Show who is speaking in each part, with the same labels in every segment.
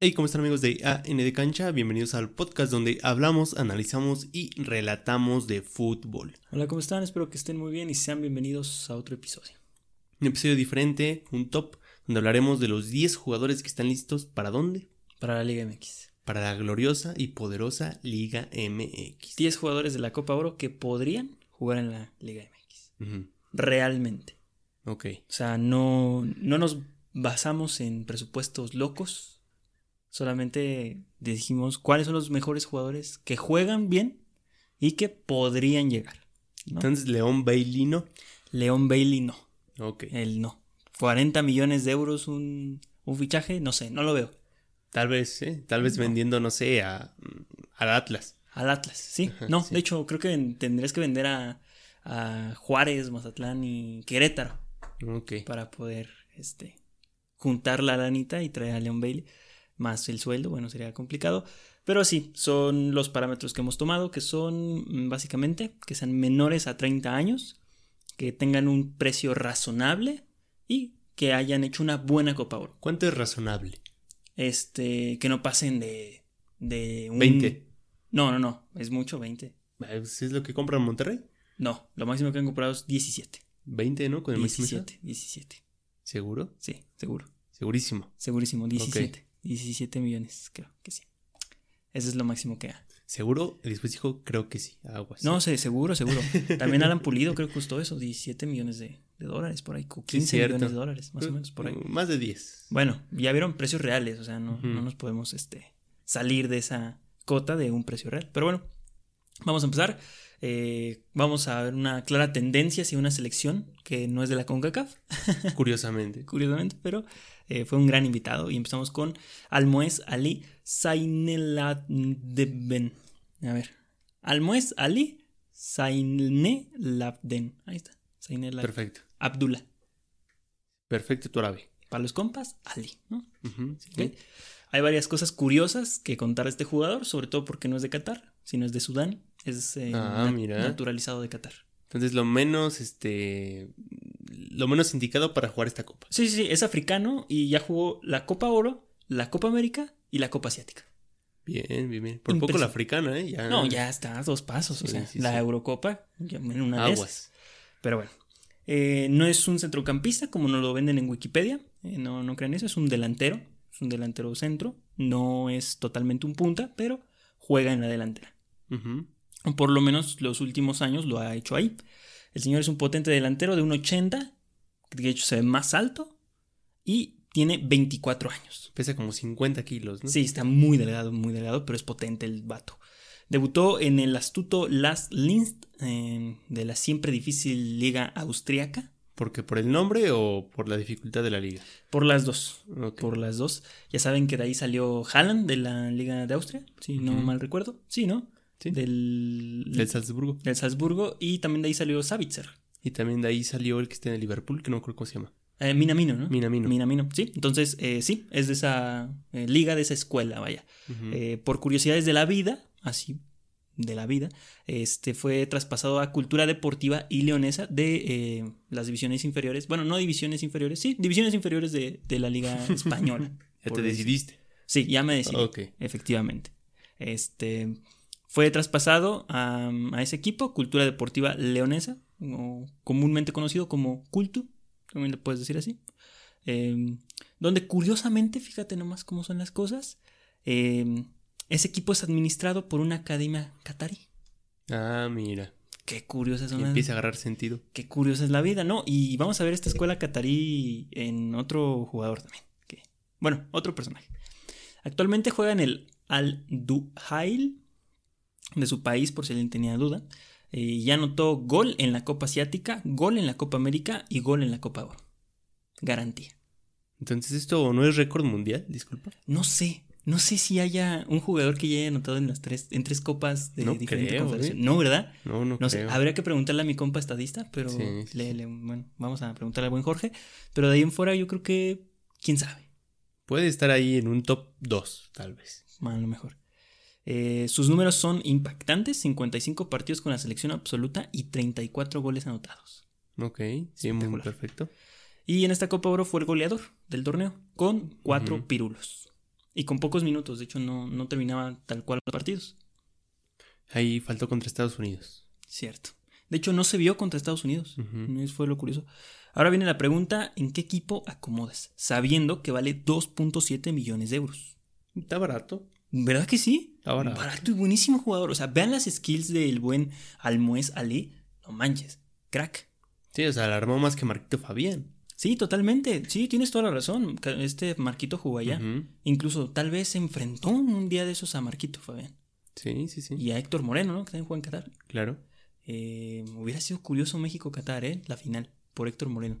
Speaker 1: Hey, ¿cómo están amigos de AN de Cancha? Bienvenidos al podcast donde hablamos, analizamos y relatamos de fútbol.
Speaker 2: Hola, ¿cómo están? Espero que estén muy bien y sean bienvenidos a otro episodio.
Speaker 1: Un episodio diferente, un top, donde hablaremos de los 10 jugadores que están listos para dónde?
Speaker 2: Para la Liga MX.
Speaker 1: Para la gloriosa y poderosa Liga MX.
Speaker 2: 10 jugadores de la Copa Oro que podrían jugar en la Liga MX.
Speaker 1: Ujú,
Speaker 2: Realmente.
Speaker 1: Ok.
Speaker 2: O sea, no, no nos basamos en presupuestos locos. Solamente dijimos cuáles son los mejores jugadores que juegan bien y que podrían llegar. ¿no?
Speaker 1: Entonces, León Bailino.
Speaker 2: León Bailey no.
Speaker 1: Ok.
Speaker 2: Él no. 40 millones de euros un, un fichaje, no sé, no lo veo.
Speaker 1: Tal vez, ¿eh? Tal vez
Speaker 2: No.
Speaker 1: vendiendo, no sé, a, mm, al Atlas.
Speaker 2: Al Atlas, sí.
Speaker 1: Ajá,
Speaker 2: no,
Speaker 1: sí.
Speaker 2: de hecho, creo que ven- tendrías que vender a, a Juárez, Mazatlán y Querétaro
Speaker 1: Ok.
Speaker 2: para poder este, juntar la lanita y traer a Leon Bailey. Más el sueldo, bueno, sería complicado. Pero sí, son los parámetros que hemos tomado, que son mm, básicamente que sean menores a 30 años, que tengan un precio razonable y que hayan hecho una buena Copa Oro.
Speaker 1: ¿Cuánto es razonable?
Speaker 2: Este, que no pasen de, de un...
Speaker 1: 20.
Speaker 2: No, no, no, es mucho 20.
Speaker 1: Eh, pues, ¿Es lo que compra en Monterrey?
Speaker 2: No, lo máximo que han comprado es 17.
Speaker 1: 20, ¿no? Con el máximo.
Speaker 2: 17, 17.
Speaker 1: ¿Seguro?
Speaker 2: Sí, seguro.
Speaker 1: Segurísimo.
Speaker 2: Segurísimo, 17. 17 millones, creo que sí. Ese es lo máximo que ha.
Speaker 1: ¿Seguro? Y Después dijo, creo que sí. Aguas.
Speaker 2: No, sé, seguro, seguro. También Alan Pulido creo que costó eso, 17 millones de, de dólares por ahí, o
Speaker 1: Sí,
Speaker 2: 15
Speaker 1: cierto.
Speaker 2: millones de dólares, más o menos por ahí.
Speaker 1: Mm, Más de 10.
Speaker 2: Bueno, ya vieron precios reales, o sea, no,
Speaker 1: Ujú.
Speaker 2: no nos podemos este, salir de esa cota de un precio real. Pero bueno, vamos a empezar. Eh, vamos a ver una clara tendencia hacia una selección que no es de la CONCACAF,
Speaker 1: Curiosamente.
Speaker 2: curiosamente, pero eh, fue un gran invitado. Y empezamos con Almoez Ali Zaineladeben. A ver, Almoez Ali Zainelabden. Ahí está, Zainelabden.
Speaker 1: Perfecto.
Speaker 2: Abdullah.
Speaker 1: Perfecto tu árabe.
Speaker 2: Para los compas, Ali, ¿no?
Speaker 1: Ujú, sí.
Speaker 2: ¿ok? Hay varias cosas curiosas que contar de este jugador, sobre todo porque no es de Qatar, sino es de Sudán. Es eh,
Speaker 1: Ah,
Speaker 2: nat-
Speaker 1: mira.
Speaker 2: naturalizado de Qatar.
Speaker 1: Entonces, lo menos, este. Lo menos indicado para jugar esta copa.
Speaker 2: Sí, sí, sí, es africano y ya jugó la Copa Oro, la Copa América y la Copa Asiática.
Speaker 1: Bien, bien, bien. Por poco
Speaker 2: Impresi-
Speaker 1: la africana, ¿eh? Ya.
Speaker 2: No, ya está a dos pasos. o
Speaker 1: Sí,
Speaker 2: sea,
Speaker 1: sí,
Speaker 2: la
Speaker 1: sí.
Speaker 2: Eurocopa, ya en una de esas.
Speaker 1: Aguas.
Speaker 2: Pero bueno. Eh, no es un centrocampista, como nos lo venden en Wikipedia. Eh, no, no crean eso, es un delantero. Es un delantero centro. No es totalmente un punta, pero juega en la delantera.
Speaker 1: Ujú.
Speaker 2: o por lo menos los últimos años lo ha hecho ahí. El señor es un potente delantero de 1,80, que de hecho se ve más alto, y tiene 24 años.
Speaker 1: Pesa como 50 kilos, ¿no?
Speaker 2: Sí, está muy delgado, muy delgado, pero es potente el vato. Debutó en el astuto Last Linz eh, de la siempre difícil liga austriaca,
Speaker 1: ¿Porque por el nombre o por la dificultad de la liga?
Speaker 2: por las dos.
Speaker 1: Ok.
Speaker 2: Por las dos. Ya saben que de ahí salió Haaland de la Liga de Austria, si no
Speaker 1: Ujú.
Speaker 2: mal recuerdo. Sí, ¿no?
Speaker 1: Sí.
Speaker 2: Del,
Speaker 1: Del Salzburgo.
Speaker 2: del Salzburgo. Y también de ahí salió Savitzer.
Speaker 1: Y también de ahí salió el que está en el Liverpool, que no creo cómo se llama.
Speaker 2: Eh, Minamino, ¿no?
Speaker 1: Minamino.
Speaker 2: Minamino, sí. Entonces, eh, sí, es de esa eh, liga, de esa escuela, vaya.
Speaker 1: Ujú.
Speaker 2: Eh, por curiosidades de la vida, así, de la vida, este fue traspasado a Cultura Deportiva y Leonesa de eh, las divisiones inferiores. Bueno, no divisiones inferiores, sí, divisiones inferiores de, de la Liga Española.
Speaker 1: ya te
Speaker 2: por decir.
Speaker 1: decidiste.
Speaker 2: Sí, ya me decidí,
Speaker 1: Ok.
Speaker 2: efectivamente. Este fue traspasado a, a ese equipo, Cultura Deportiva Leonesa, o comúnmente conocido como Cultu, también le puedes decir así. Eh, donde curiosamente, fíjate nomás cómo son las cosas, eh, ese equipo es administrado por una academia catarí.
Speaker 1: Ah, mira.
Speaker 2: Qué curiosas son las
Speaker 1: Empieza a agarrar sentido.
Speaker 2: qué curiosa es la vida, ¿no? Y vamos a ver esta escuela catarí en otro jugador también. que- bueno, otro personaje. Actualmente juega en el Al-Duhail de su país, por si alguien tenía duda. Eh, ya anotó gol en la Copa Asiática, gol en la Copa América y gol en la Copa Oro. Garantía.
Speaker 1: Entonces, ¿esto no es récord mundial? Disculpa.
Speaker 2: No sé, no sé si haya un jugador que ya haya anotado en las tres, en tres copas de
Speaker 1: No
Speaker 2: diferente
Speaker 1: creo,
Speaker 2: confederación.
Speaker 1: ¿eh?
Speaker 2: No, ¿verdad?
Speaker 1: No, no,
Speaker 2: No sé,
Speaker 1: creo.
Speaker 2: habría que preguntarle a mi compa estadista, pero
Speaker 1: Sí, sí,
Speaker 2: le-
Speaker 1: sí.
Speaker 2: le- bueno, vamos a preguntarle al buen Jorge. Pero de ahí en fuera yo creo que, quién sabe,
Speaker 1: Puede estar ahí en un top 2, tal vez.
Speaker 2: a lo mejor. Eh, sus números son impactantes, 55 partidos con la selección absoluta y 34 goles anotados.
Speaker 1: Ok, sí, muy
Speaker 2: Espectacular.
Speaker 1: perfecto.
Speaker 2: Y en esta Copa Oro fue el goleador del torneo, con cuatro
Speaker 1: Ujú.
Speaker 2: pirulos. Y con pocos minutos, de hecho no, no terminaba tal cual los partidos.
Speaker 1: Ahí faltó contra Estados Unidos.
Speaker 2: Cierto. De hecho no se vio contra Estados Unidos.
Speaker 1: Ujú.
Speaker 2: Eso fue lo curioso. Ahora viene la pregunta, ¿en qué equipo acomodas? Sabiendo que vale 2.7 millones de euros.
Speaker 1: Está barato.
Speaker 2: ¿Verdad que sí?
Speaker 1: Está barato.
Speaker 2: Barato y buenísimo jugador. O sea, vean las skills del buen Almuez Ali. No manches. Crack.
Speaker 1: Sí, o sea, la armó más que Marquito Fabián.
Speaker 2: Sí, totalmente. Sí, tienes toda la razón. Ca- Este Marquito jugó allá.
Speaker 1: Ujú.
Speaker 2: Incluso tal vez se enfrentó un día de esos a Marquito, Fabián.
Speaker 1: Sí, sí, sí.
Speaker 2: Y a Héctor Moreno, ¿no? Que también juega en Qatar.
Speaker 1: Claro.
Speaker 2: Eh, hubiera sido curioso México-Qatar, ¿eh? La final, por Héctor Moreno.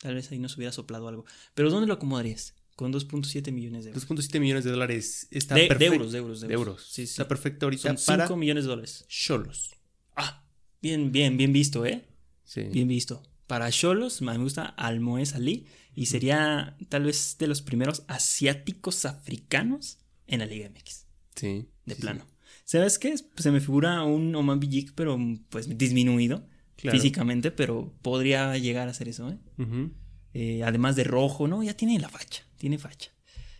Speaker 2: Tal vez ahí nos hubiera soplado algo. Pero ¿dónde lo acomodarías? Con 2.7 millones de euros.
Speaker 1: 2.7 millones de dólares. Está
Speaker 2: De, de
Speaker 1: perfecto.
Speaker 2: euros, de euros, de euros.
Speaker 1: De euros.
Speaker 2: Sí, sí.
Speaker 1: Está perfecto ahorita
Speaker 2: Son 5
Speaker 1: para
Speaker 2: millones de dólares.
Speaker 1: Cholos.
Speaker 2: Ah, bien, bien, bien visto, ¿eh?
Speaker 1: Sí.
Speaker 2: Bien visto. Para Cholos, me gusta Almoez Ali. Y sería tal vez de los primeros asiáticos africanos en la Liga MX.
Speaker 1: Sí.
Speaker 2: De
Speaker 1: sí,
Speaker 2: plano. ¿Sabes qué? Pues se me figura un Oman Bijik, pero pues disminuido
Speaker 1: sí. Claro.
Speaker 2: físicamente, pero podría llegar a ser eso, ¿eh?
Speaker 1: Ujú.
Speaker 2: Eh, además de rojo, ¿no? Ya tiene la facha, tiene facha.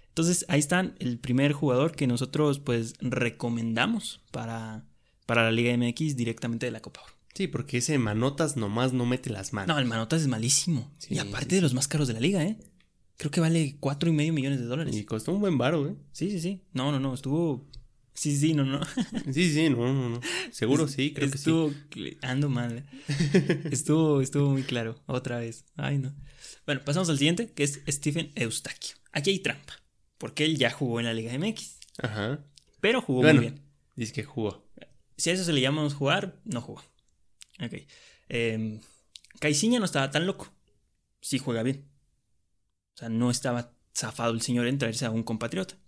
Speaker 2: Entonces ahí están el primer jugador que nosotros pues recomendamos para, para la Liga MX directamente de la Copa Oro.
Speaker 1: Sí, porque ese manotas nomás no mete las manos.
Speaker 2: No, el Manotas es malísimo.
Speaker 1: Sí,
Speaker 2: y aparte
Speaker 1: sí,
Speaker 2: de los más caros de la liga, ¿eh? Creo que vale cuatro y medio millones de dólares.
Speaker 1: Y costó un buen varo, ¿eh?
Speaker 2: Sí, sí, sí. No, no, no, estuvo... Sí, sí, no, no.
Speaker 1: Sí, sí, no, no, no. Seguro sí, creo
Speaker 2: estuvo... cl- Ando mal. eh. estuvo, estuvo muy claro, otra vez. Ay, no. Bueno, pasamos al siguiente, que es Stephen Eustaquio. Aquí hay trampa, porque él ya jugó en la Liga MX,
Speaker 1: que sí. Ajá.
Speaker 2: pero jugó
Speaker 1: Bueno.
Speaker 2: muy bien.
Speaker 1: Dice que jugó.
Speaker 2: Si a eso se le llamamos jugar, no jugó. Ok. Eh, Caixinha no estaba tan loco. Sí juega bien. O sea, no estaba zafado el señor en traerse a un compatriota.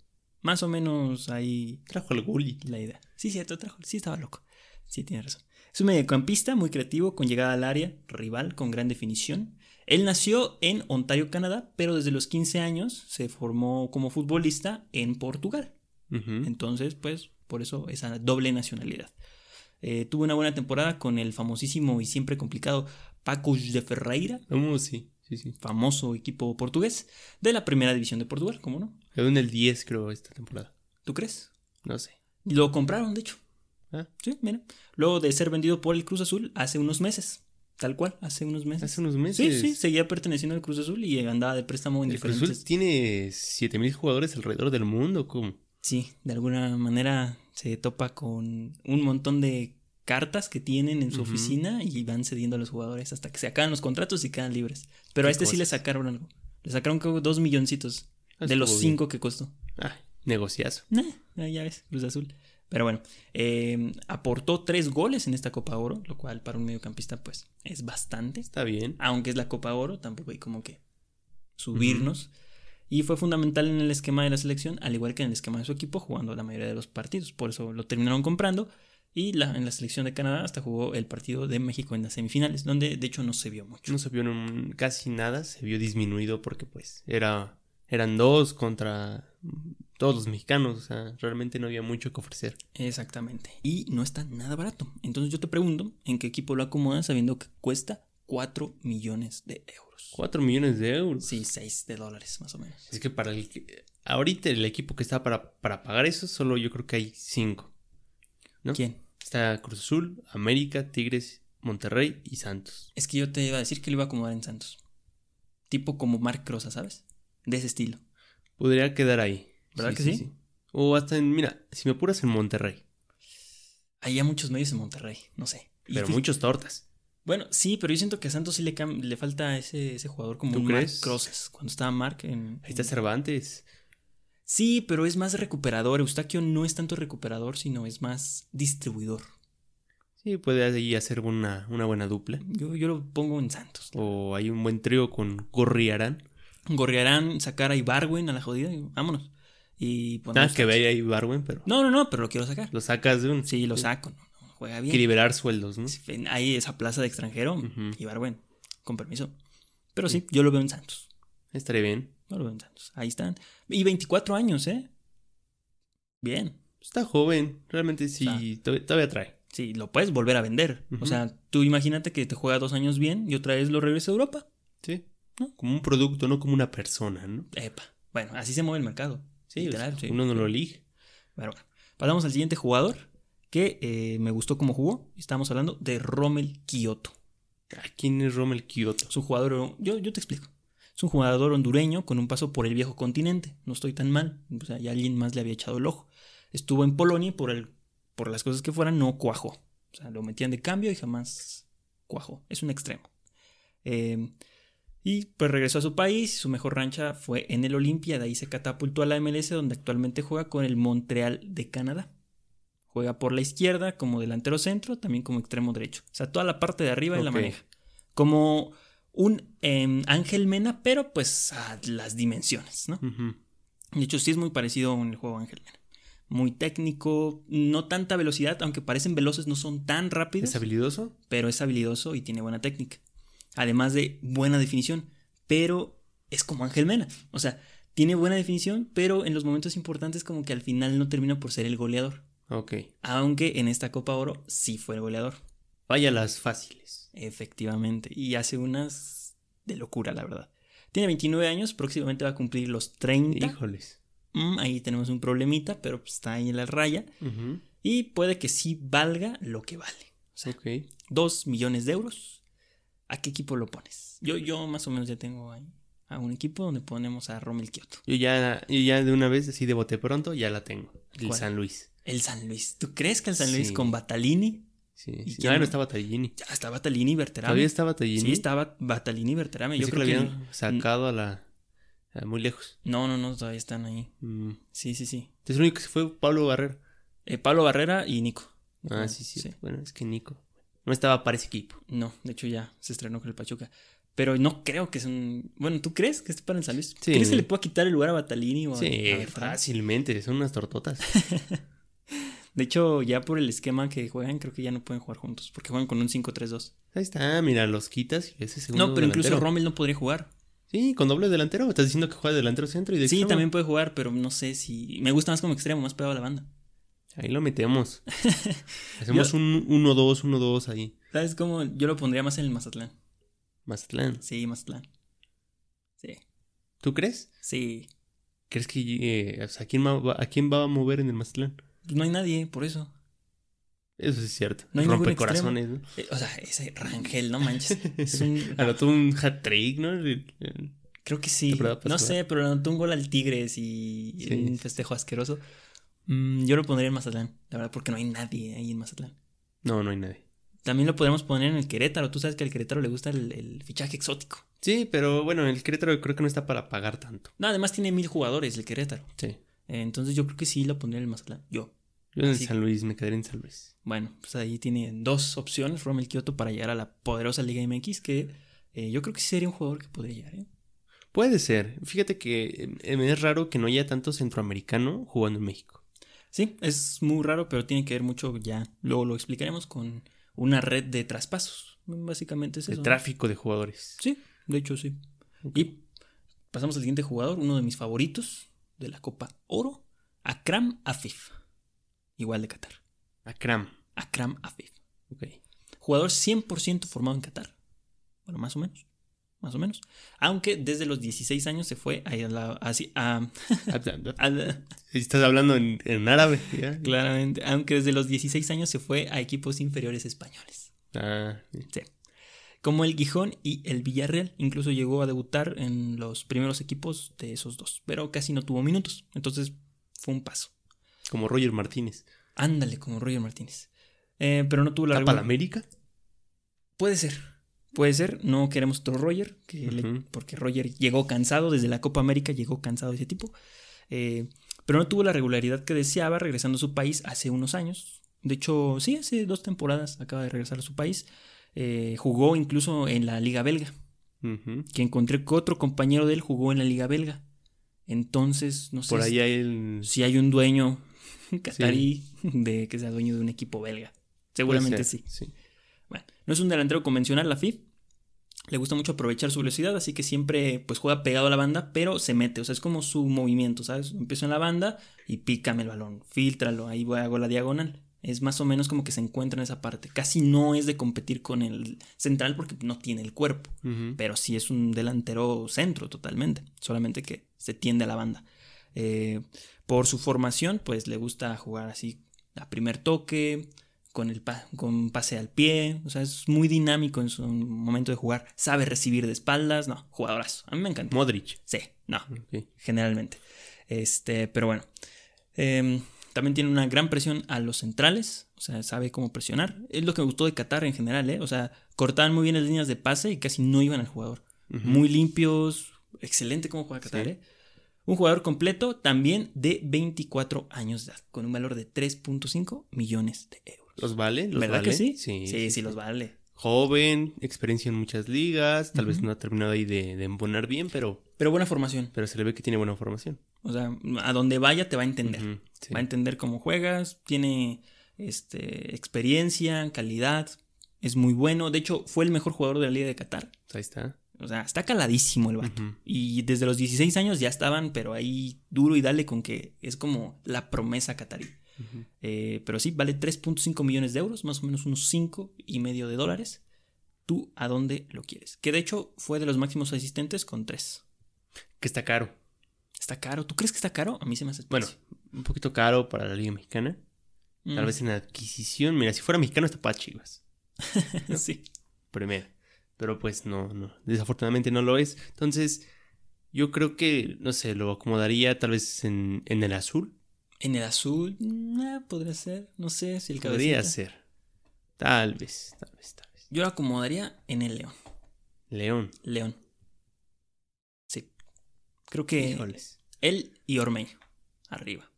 Speaker 2: Más o menos ahí
Speaker 1: Trajo al Gulli.
Speaker 2: la idea. Sí, cierto, trajo. Sí, estaba loco. Sí, tiene razón. Es un mediocampista muy creativo, con llegada al área, rival, con gran definición. Él nació en Ontario, Canadá, pero desde los 15 años se formó como futbolista en Portugal.
Speaker 1: Ujú.
Speaker 2: Entonces, pues, por eso esa doble nacionalidad. Eh, tuvo una buena temporada con el famosísimo y siempre complicado Paco de Ferreira,
Speaker 1: Vamos, sí, sí, sí.
Speaker 2: famoso equipo portugués de la primera división de Portugal, ¿cómo no?
Speaker 1: Quedó en el 10, creo, esta temporada.
Speaker 2: ¿Tú crees?
Speaker 1: No sé.
Speaker 2: Lo compraron, de hecho.
Speaker 1: Ah.
Speaker 2: Sí, mira. Luego de ser vendido por el Cruz Azul hace unos meses. Tal cual, hace unos meses.
Speaker 1: Hace unos
Speaker 2: sí,
Speaker 1: meses.
Speaker 2: sí, seguía perteneciendo al Cruz Azul y andaba de préstamo en
Speaker 1: El Cruz
Speaker 2: diferentes.
Speaker 1: Azul tiene 7000 jugadores alrededor del mundo, ¿cómo?
Speaker 2: Sí, de alguna manera se topa con un montón de cartas que tienen en su
Speaker 1: Ujú.
Speaker 2: oficina y van cediendo a los jugadores hasta que se acaban los contratos y quedan libres. Pero a
Speaker 1: Qué
Speaker 2: este sí le
Speaker 1: cosas.
Speaker 2: sacaron algo. Le sacaron como dos milloncitos
Speaker 1: Ah,
Speaker 2: de los
Speaker 1: estuvo bien.
Speaker 2: cinco que costó.
Speaker 1: Ah, negociazo.
Speaker 2: Nah, ah, ya ves, Cruz Azul. Pero bueno, eh, aportó tres goles en esta Copa Oro, lo cual para un mediocampista pues es bastante.
Speaker 1: Está bien.
Speaker 2: Aunque es la Copa Oro, tampoco hay como que subirnos. Y fue fundamental en el esquema de la selección, al igual que en el esquema de su equipo, jugando la mayoría de los partidos. Por eso lo terminaron comprando. Y la- en la selección de Canadá hasta jugó el partido de México en las semifinales, donde de hecho no se vio mucho.
Speaker 1: No se vio en un- casi nada, se vio disminuido porque pues era eran dos contra todos los mexicanos, o sea, realmente no había mucho que ofrecer.
Speaker 2: Exactamente. Y no está nada barato. Entonces yo te pregunto, ¿en qué equipo lo acomodas sabiendo que cuesta 4 millones de euros?
Speaker 1: 4 millones de euros.
Speaker 2: Sí, 6 de dólares más o menos.
Speaker 1: Es que para el que- ahorita el equipo que está para, para pagar eso, solo yo creo que hay cinco. ¿no?
Speaker 2: ¿Quién?
Speaker 1: Está Cruz Azul, América, Tigres, Monterrey y Santos.
Speaker 2: Es que yo te iba a decir que lo iba a acomodar en Santos. Tipo como Mark Crosa, ¿sabes? De ese estilo.
Speaker 1: Podría quedar ahí.
Speaker 2: ¿Verdad que sí?
Speaker 1: O hasta en, mira, si me apuras en Monterrey.
Speaker 2: Hay ya muchos medios en Monterrey, no sé. Y
Speaker 1: Pero
Speaker 2: fí-
Speaker 1: muchos tortas.
Speaker 2: Bueno, sí, pero yo siento que a Santos sí le, cam- le falta ese, ese jugador como
Speaker 1: ¿Tú
Speaker 2: un
Speaker 1: crees?
Speaker 2: Mark Crozas. Cuando estaba Mark en...
Speaker 1: Ahí está Cervantes.
Speaker 2: Sí, pero es más recuperador. Eustaquio no es tanto recuperador, sino es más distribuidor.
Speaker 1: Sí, puede ahí hacer una, una buena dupla.
Speaker 2: Yo, yo lo pongo en Santos.
Speaker 1: O hay un buen trío con Gorriarán.
Speaker 2: Gorrearán, sacar a Ibarwen a la jodida y vámonos. Y ponemos-
Speaker 1: Nada que ver ahí Barwen, pero
Speaker 2: No, no, no, pero lo quiero sacar.
Speaker 1: lo sacas de un...
Speaker 2: Sí, lo saco. no, no, juega
Speaker 1: Hay que
Speaker 2: bien.
Speaker 1: liberar sueldos, ¿no?
Speaker 2: En- Ahí esa plaza de extranjero,
Speaker 1: Ujú.
Speaker 2: Ibarwen, con permiso. Pero sí, yo lo veo en Santos.
Speaker 1: Estaría bien.
Speaker 2: No lo veo en Santos. Ahí están. Y 24 años, ¿eh? Bien.
Speaker 1: Está joven. Realmente sí,
Speaker 2: Está.
Speaker 1: todavía, todavía trae.
Speaker 2: Sí, lo puedes volver a vender.
Speaker 1: Ujú.
Speaker 2: O sea, tú imagínate que te juega dos años bien y otra vez lo regresa a Europa.
Speaker 1: Sí. Como un producto, no como una persona, ¿no?
Speaker 2: Epa. Bueno, así se mueve el mercado.
Speaker 1: Sí,
Speaker 2: Literal,
Speaker 1: pues,
Speaker 2: sí.
Speaker 1: uno no lo elige.
Speaker 2: Pero bueno, pasamos al siguiente jugador que eh, me gustó cómo jugó. Estamos hablando de Rommel Kioto.
Speaker 1: Ah, ¿Quién es Rommel Kioto?
Speaker 2: Es un jugador, yo, yo te explico. Es un jugador hondureño con un paso por el viejo continente. No estoy tan mal. O sea, ya alguien más le había echado el ojo. Estuvo en Polonia y por, el, por las cosas que fueran no cuajó. O sea, lo metían de cambio y jamás cuajó. Es un extremo. Eh, y pues regresó a su país. Su mejor rancha fue en el Olimpia. De ahí se catapultó a la MLS donde actualmente juega con el Montreal de Canadá. Juega por la izquierda como delantero centro, también como extremo derecho. O sea, toda la parte de arriba de la
Speaker 1: Ok.
Speaker 2: maneja. Como un em, Ángel Mena, pero pues a las dimensiones, ¿no?
Speaker 1: Ujú.
Speaker 2: De hecho, sí es muy parecido en el juego de Ángel Mena. Muy técnico, no tanta velocidad, aunque parecen veloces, no son tan rápidos,
Speaker 1: ¿Es habilidoso?
Speaker 2: pero es habilidoso y tiene buena técnica. Además de buena definición, pero es como Ángel Mena. O sea, tiene buena definición, pero en los momentos importantes como que al final no termina por ser el goleador.
Speaker 1: Ok.
Speaker 2: Aunque en esta Copa Oro sí fue el goleador,
Speaker 1: Vaya las fáciles.
Speaker 2: efectivamente. Y hace unas de locura, la verdad. Tiene 29 años, próximamente va a cumplir los 30.
Speaker 1: Híjoles.
Speaker 2: Mm, ahí tenemos un problemita, pero pues, está ahí en la raya.
Speaker 1: Ujú.
Speaker 2: Y puede que sí valga lo que vale. O sea,
Speaker 1: Ok.
Speaker 2: 2 millones de euros. ¿A qué equipo lo pones? Yo, yo más o menos ya tengo ahí a un equipo donde ponemos a Rommel Kioto.
Speaker 1: Yo ya, yo ya de una vez, así de bote pronto, ya la tengo. El
Speaker 2: ¿Cuál?
Speaker 1: San Luis.
Speaker 2: El San Luis. ¿Tú crees que el San Luis
Speaker 1: Sí.
Speaker 2: con Batalini?
Speaker 1: Sí.
Speaker 2: ¿Y
Speaker 1: sí.
Speaker 2: quién
Speaker 1: Ah,
Speaker 2: no?
Speaker 1: no estaba Tallini.
Speaker 2: Ya está Batalini y Berterame.
Speaker 1: ¿Todavía estaba Tallini?
Speaker 2: Sí, estaba Batalini y Berterame. Yo
Speaker 1: Pensé
Speaker 2: creo
Speaker 1: que
Speaker 2: que...
Speaker 1: lo habían sacado a la. a muy lejos.
Speaker 2: No, no, no, todavía están ahí.
Speaker 1: Mm.
Speaker 2: Sí, sí, sí.
Speaker 1: Entonces, el único que se fue Pablo Barrera.
Speaker 2: Eh, Pablo Barrera y Nico.
Speaker 1: Ah,
Speaker 2: Ujú,
Speaker 1: sí, sí. Bueno, es que Nico. No estaba para ese equipo.
Speaker 2: No, de hecho ya se estrenó con el Pachuca. Pero no creo que es un... Bueno, ¿tú crees que es para el San Luis?
Speaker 1: Sí.
Speaker 2: ¿Crees que le pueda quitar el lugar a Batalini o a- a
Speaker 1: Sí,
Speaker 2: Berterame?
Speaker 1: fácilmente. Son unas tortotas.
Speaker 2: De hecho, ya por el esquema que juegan, creo que ya no pueden jugar juntos. Porque juegan con un 5-3-2.
Speaker 1: Ahí está, mira, los quitas y ese segundo.
Speaker 2: No, pero incluso
Speaker 1: delantero.
Speaker 2: Rommel no podría jugar.
Speaker 1: Sí, con doble delantero. Estás diciendo que juega delantero centro y de
Speaker 2: Sí,
Speaker 1: extremo?
Speaker 2: también puede jugar, pero no sé si... Me gusta más como extremo, más pegado a la banda.
Speaker 1: Ahí lo metemos. Hacemos un 1-2, 1-2 ahí.
Speaker 2: ¿Sabes cómo? Yo lo pondría más en el Mazatlán.
Speaker 1: Mazatlán.
Speaker 2: Sí, Mazatlán. Sí.
Speaker 1: ¿Tú crees?
Speaker 2: Sí.
Speaker 1: ¿Crees que eh, o sea, ¿a, quién va, a quién va a mover en el Mazatlán?
Speaker 2: Pues No hay nadie, por eso.
Speaker 1: Eso sí es cierto.
Speaker 2: No hay ningún
Speaker 1: Rompe corazones, ¿no?
Speaker 2: Eh, O sea, ese Rangel, no manches. Es un...
Speaker 1: Anotó un hat-trick, ¿no? El- el-
Speaker 2: Creo que sí.
Speaker 1: Temporada
Speaker 2: No
Speaker 1: pasada.
Speaker 2: sé, pero le anotó un gol al Tigres y
Speaker 1: Sí.
Speaker 2: un festejo asqueroso. Mm, yo lo pondría en Mazatlán, la verdad, porque no hay nadie ahí en Mazatlán.
Speaker 1: No, no hay nadie.
Speaker 2: También lo podríamos poner en el Querétaro. Tú sabes que al Querétaro le gusta el, el fichaje exótico.
Speaker 1: Sí, pero bueno, el Querétaro creo que no está para pagar tanto.
Speaker 2: No, además tiene mil jugadores el Querétaro.
Speaker 1: Sí.
Speaker 2: Eh, Entonces yo creo que sí lo pondría en el Mazatlán. Yo.
Speaker 1: Yo en
Speaker 2: Sí.
Speaker 1: San Luis, me quedaría en San Luis.
Speaker 2: Bueno, pues ahí tiene dos opciones Rommel Kioto para llegar a la poderosa Liga MX que eh, yo creo que sí sería un jugador que podría llegar. ¿eh?
Speaker 1: Puede ser. Fíjate que eh, me es raro que no haya tanto centroamericano jugando en México.
Speaker 2: Sí, es muy raro, pero tiene que ver mucho ya. Luego lo explicaremos con una red de traspasos. Básicamente es
Speaker 1: El
Speaker 2: eso. ¿no?
Speaker 1: tráfico de jugadores.
Speaker 2: Sí, de hecho sí. Y pasamos al siguiente jugador, uno de mis favoritos de la Copa Oro, Akram Afif. Igual de Qatar.
Speaker 1: Akram.
Speaker 2: Akram Afif.
Speaker 1: Ah, Ok.
Speaker 2: Jugador 100% formado en Qatar. Bueno, más o menos. Más o menos. Aunque desde los 16 años se fue a la- así- a- a la-
Speaker 1: Estás hablando en, en árabe. ¿ya?
Speaker 2: claramente, aunque desde los 16 años se fue a equipos inferiores españoles.
Speaker 1: Ah,
Speaker 2: como el Gijón y el Villarreal. Incluso llegó a debutar en los primeros equipos de esos dos, pero casi no tuvo minutos. Entonces fue un paso.
Speaker 1: como Roger Martínez.
Speaker 2: Ándale, como Roger Martínez. Eh, pero no tuvo la
Speaker 1: ¿Tapa la
Speaker 2: regularidad.
Speaker 1: América?
Speaker 2: Puede ser. Puede ser. No queremos otro Roger, que le-
Speaker 1: Ujú.
Speaker 2: porque Roger llegó cansado desde la Copa América, llegó cansado de ese tipo. Eh, pero no tuvo la regularidad que deseaba regresando a su país hace unos años. De hecho, sí, hace dos temporadas acaba de regresar a su país. Eh, jugó incluso en la Liga Belga.
Speaker 1: Ujú.
Speaker 2: que encontré que otro compañero de él jugó en la liga belga. Entonces, no sé
Speaker 1: Por ahí
Speaker 2: si-
Speaker 1: hay el...
Speaker 2: si hay un dueño catarí de que sea dueño de un equipo belga. Seguramente
Speaker 1: puede
Speaker 2: sí.
Speaker 1: ser, sí.
Speaker 2: Bueno, no es un delantero convencional la FIF. Le gusta mucho aprovechar su velocidad, así que siempre pues juega pegado a la banda, pero se mete, o sea, es como su movimiento, ¿sabes? Empiezo en la banda y pícame el balón, filtralo, ahí voy, hago la diagonal. Es más o menos como que se encuentra en esa parte. Casi no es de competir con el central porque no tiene el cuerpo
Speaker 1: Ujú.
Speaker 2: pero sí es un delantero centro totalmente, solamente que se tiende a la banda. Eh, por su formación, pues le gusta jugar así a primer toque, con, el pa con pase al pie, o sea, es muy dinámico en su momento de jugar, sabe recibir de espaldas, no, jugadorazo, a mí me encanta.
Speaker 1: Modric.
Speaker 2: Sí, no,
Speaker 1: Ok.
Speaker 2: generalmente. Este, pero bueno. Eh, también tiene una gran presión a los centrales, o sea, sabe cómo presionar. Es lo que me gustó de Qatar en general, ¿eh? O sea, cortaban muy bien las líneas de pase y casi no iban al jugador.
Speaker 1: Ujú.
Speaker 2: Muy limpios, excelente cómo juega Qatar,
Speaker 1: Sí.
Speaker 2: ¿eh? Un jugador completo también de 24 años de edad, con un valor de 3.5 millones de euros.
Speaker 1: ¿Los vale? ¿Los
Speaker 2: ¿Verdad
Speaker 1: vale?
Speaker 2: que sí?
Speaker 1: Sí,
Speaker 2: sí, sí los vale.
Speaker 1: Joven, experiencia en muchas ligas, tal vez
Speaker 2: Ujú.
Speaker 1: no ha terminado ahí de, de embonar bien, pero,
Speaker 2: Pero buena formación.
Speaker 1: pero se le ve que tiene buena formación.
Speaker 2: O sea, a donde vaya te va a entender.
Speaker 1: Ujú, sí.
Speaker 2: Va a entender cómo juegas, tiene este, experiencia, calidad, es muy bueno. De hecho, fue el mejor jugador de la Liga de Qatar.
Speaker 1: pues Ahí está.
Speaker 2: O sea, está caladísimo el vato.
Speaker 1: Ujú.
Speaker 2: Y desde los 16 años ya estaban, pero ahí duro y dale con que es como la promesa catarí.
Speaker 1: Ujú.
Speaker 2: Eh, pero sí, vale 3.5 millones de euros, más o menos unos 5 y medio de dólares. Tú a dónde lo quieres. Que de hecho fue de los máximos asistentes con 3.
Speaker 1: Que está caro.
Speaker 2: Está caro. ¿Tú crees que está caro? A mí se me hace.
Speaker 1: Bueno, un poquito caro para la Liga Mexicana. Tal
Speaker 2: Mm,
Speaker 1: vez en adquisición. Mira, si fuera mexicano, está para Chivas. ¿no?
Speaker 2: Mm, sí.
Speaker 1: primera. Pero pues no, no, desafortunadamente no lo es. Entonces, yo creo que, no sé, lo acomodaría tal vez en, en el azul.
Speaker 2: En el azul, nah, podría ser. No sé si el
Speaker 1: Podría
Speaker 2: cabecita.
Speaker 1: ser. Tal vez, tal vez, tal vez.
Speaker 2: Yo lo acomodaría en el león.
Speaker 1: León.
Speaker 2: León. Sí. Creo que
Speaker 1: Híjoles.
Speaker 2: él y Ormeño. Arriba.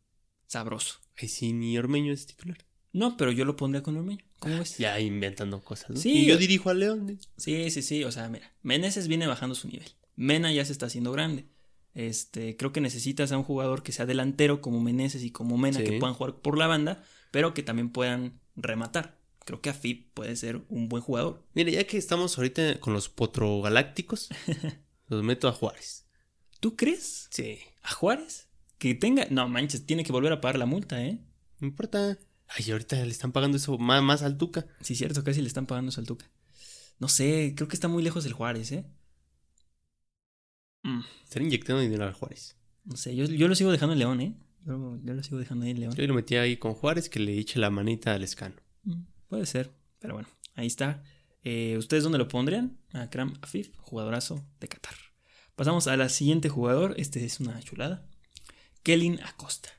Speaker 2: Sabroso.
Speaker 1: Ay, sí, ni Ormeño es titular.
Speaker 2: No, pero yo lo pondría con Ormeño. ¿Cómo ves?
Speaker 1: Ya inventando cosas, ¿no?
Speaker 2: Sí.
Speaker 1: Y yo dirijo a León. ¿eh?
Speaker 2: Sí, sí, sí. O sea, mira. Meneses viene bajando su nivel. Mena ya se está haciendo grande. Este, creo que necesitas a un jugador que sea delantero como Meneses y como Mena,
Speaker 1: Sí.
Speaker 2: que puedan jugar por la banda, pero que también puedan rematar. Creo que Afip puede ser un buen jugador.
Speaker 1: Mira, ya que estamos ahorita con los potrogalácticos, los meto a Juárez.
Speaker 2: ¿Tú crees?
Speaker 1: Sí.
Speaker 2: ¿A Juárez? Que tenga. No manches, tiene que volver a pagar la multa, ¿eh?
Speaker 1: No importa. Ay, ahorita le están pagando eso más, más al Tuca.
Speaker 2: Sí, cierto, casi le están pagando eso al Tuca. No sé, creo que está muy lejos el Juárez, ¿eh? Mm,
Speaker 1: Están inyectando dinero al Juárez.
Speaker 2: no sé, yo, yo lo sigo dejando en León, ¿eh? Yo, yo lo sigo dejando ahí en León.
Speaker 1: Yo lo metí ahí con Juárez que le eche la manita al escano.
Speaker 2: Mm, puede ser, pero bueno, ahí está. Eh, ¿Ustedes dónde lo pondrían? A Kram Afif, jugadorazo de Qatar. Pasamos a la siguiente jugador. Este es una chulada. Kelin Acosta.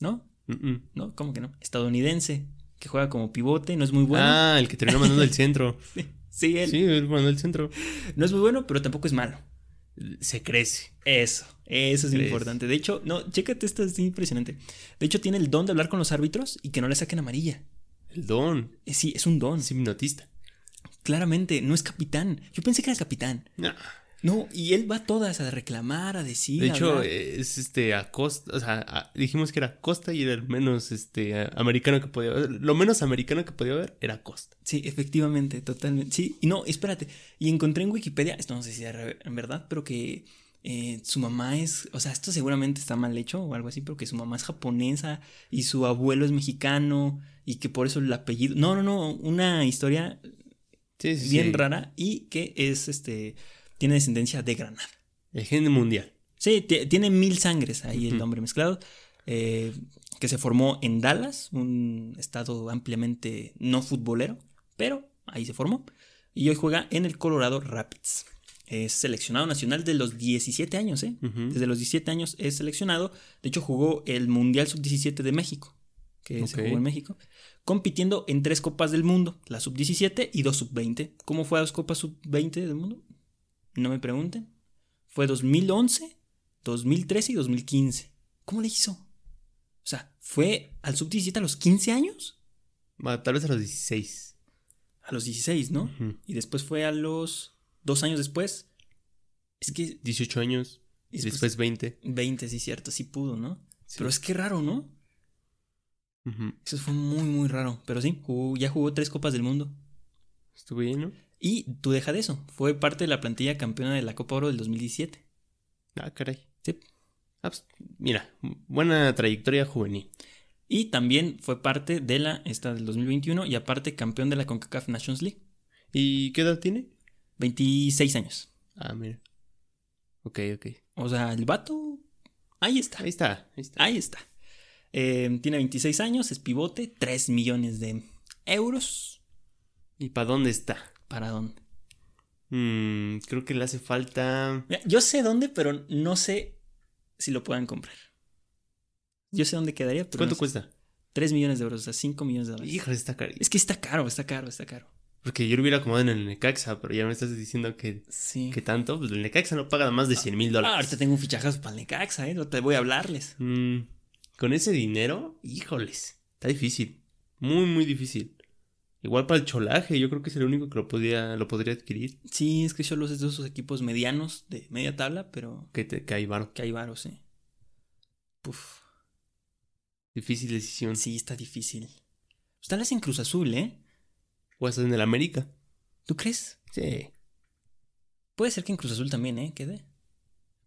Speaker 2: ¿No?
Speaker 1: Mm, mm.
Speaker 2: ¿No? ¿Cómo que no? Estadounidense. Que juega como pivote, no es muy bueno.
Speaker 1: Ah, el que terminó mandando el centro.
Speaker 2: Sí, él.
Speaker 1: Sí, él mandó el centro.
Speaker 2: No es muy bueno, pero tampoco es malo.
Speaker 1: Se crece.
Speaker 2: Eso, eso es
Speaker 1: ¿Crees?
Speaker 2: importante. De hecho, no, chécate, esto es impresionante. De hecho, tiene el don de hablar con los árbitros y que no le saquen amarilla.
Speaker 1: El don.
Speaker 2: Eh, Sí, es un don.
Speaker 1: Es hipnotista.
Speaker 2: Claramente, no es capitán. Yo pensé que era el capitán.
Speaker 1: Nah,
Speaker 2: No, y él va a todas a reclamar, a decir.
Speaker 1: De
Speaker 2: a
Speaker 1: hecho,
Speaker 2: hablar.
Speaker 1: eh, es este Acosta. O sea, a- dijimos que era Acosta y era el menos este a- americano que podía haber. Lo menos americano que podía haber era Acosta.
Speaker 2: sí, efectivamente, totalmente. Sí, y no, espérate. Y encontré en Wikipedia, esto no sé si es re- en verdad, pero que eh, su mamá es, o sea, esto seguramente está mal hecho o algo así, pero que su mamá es japonesa y su abuelo es mexicano y que por eso el apellido. No, no, no, una historia
Speaker 1: Sí, sí,
Speaker 2: bien
Speaker 1: sí.
Speaker 2: rara y que es este tiene descendencia de Granada.
Speaker 1: El gen mundial.
Speaker 2: Sí, ti- tiene mil sangres ahí el
Speaker 1: Ujú.
Speaker 2: nombre mezclado. eh, que se formó en Dallas, un estado ampliamente no futbolero, pero ahí se formó. Y hoy juega en el Colorado Rapids. Es seleccionado nacional de los 17 años, ¿eh?
Speaker 1: Ujú.
Speaker 2: Desde los 17 años es seleccionado. De hecho, jugó el Mundial Sub-17 de México, que se
Speaker 1: Ok.
Speaker 2: jugó en México, compitiendo en tres Copas del Mundo, la Sub-17 y dos Sub-20. ¿Cómo fue a dos Copas Sub-20 del mundo? No me pregunten. Fue 2011, 2013 y 2015. ¿Cómo le hizo? O sea, ¿fue al Sub-17 a los 15 años?
Speaker 1: Va, Tal vez a los 16.
Speaker 2: A los 16, ¿no?
Speaker 1: Ujú.
Speaker 2: Y después fue a los dos años después. Es que...
Speaker 1: 18 años. Y después 20.
Speaker 2: 20, sí, cierto, sí pudo, ¿no?
Speaker 1: Sí.
Speaker 2: Pero es que raro, ¿no?
Speaker 1: Ujú.
Speaker 2: Eso fue muy, muy raro. Pero sí, jugó- ya jugó tres Copas del Mundo.
Speaker 1: Estuvo bien, ¿no?
Speaker 2: Y tú deja de eso. Fue parte de la plantilla campeona de la Copa Oro del 2017.
Speaker 1: Ah, caray.
Speaker 2: Sí.
Speaker 1: Ah, pues, mira, buena trayectoria juvenil.
Speaker 2: Y también fue parte de la esta del 2021 y aparte campeón de la CONCACAF Nations League.
Speaker 1: ¿Y qué edad tiene?
Speaker 2: 26 años.
Speaker 1: Ah, mira. Ok, ok.
Speaker 2: O sea, el vato Ahí está.
Speaker 1: Ahí está, ahí está.
Speaker 2: Ahí está. Eh, tiene 26 años, es pivote, 3 millones de euros.
Speaker 1: ¿Y para dónde está?
Speaker 2: ¿Para dónde?
Speaker 1: Mm, creo que le hace falta.
Speaker 2: Mira, yo sé dónde, pero no sé si lo puedan comprar. Yo sé dónde quedaría, pero
Speaker 1: ¿Cuánto cuesta?
Speaker 2: 3 millones de euros, o sea, 5 millones de dólares.
Speaker 1: Híjole, está carísimo.
Speaker 2: Es que está caro, está caro, está caro.
Speaker 1: Porque yo lo hubiera acomodado en el Necaxa, pero ya me estás diciendo que,
Speaker 2: Sí.
Speaker 1: que tanto. Pues el Necaxa no paga más de 100 mil dólares.
Speaker 2: Ah, ahorita tengo un fichajazo para el Necaxa, ¿eh? No te voy a hablarles.
Speaker 1: Mm, con ese dinero, híjoles, está difícil. Muy, muy difícil. Igual para el cholaje, yo creo que es el único que lo, podía, lo podría adquirir.
Speaker 2: Sí, es que Cholos es de esos equipos medianos de media tabla, pero
Speaker 1: Que, te, que hay varo.
Speaker 2: que hay varos, sí. Puf.
Speaker 1: Difícil decisión.
Speaker 2: Sí, está difícil. Pues tal vez en Cruz Azul, ¿eh?
Speaker 1: O hasta en el América.
Speaker 2: ¿Tú crees?
Speaker 1: Sí.
Speaker 2: Puede ser que en Cruz Azul también, ¿eh? Quede.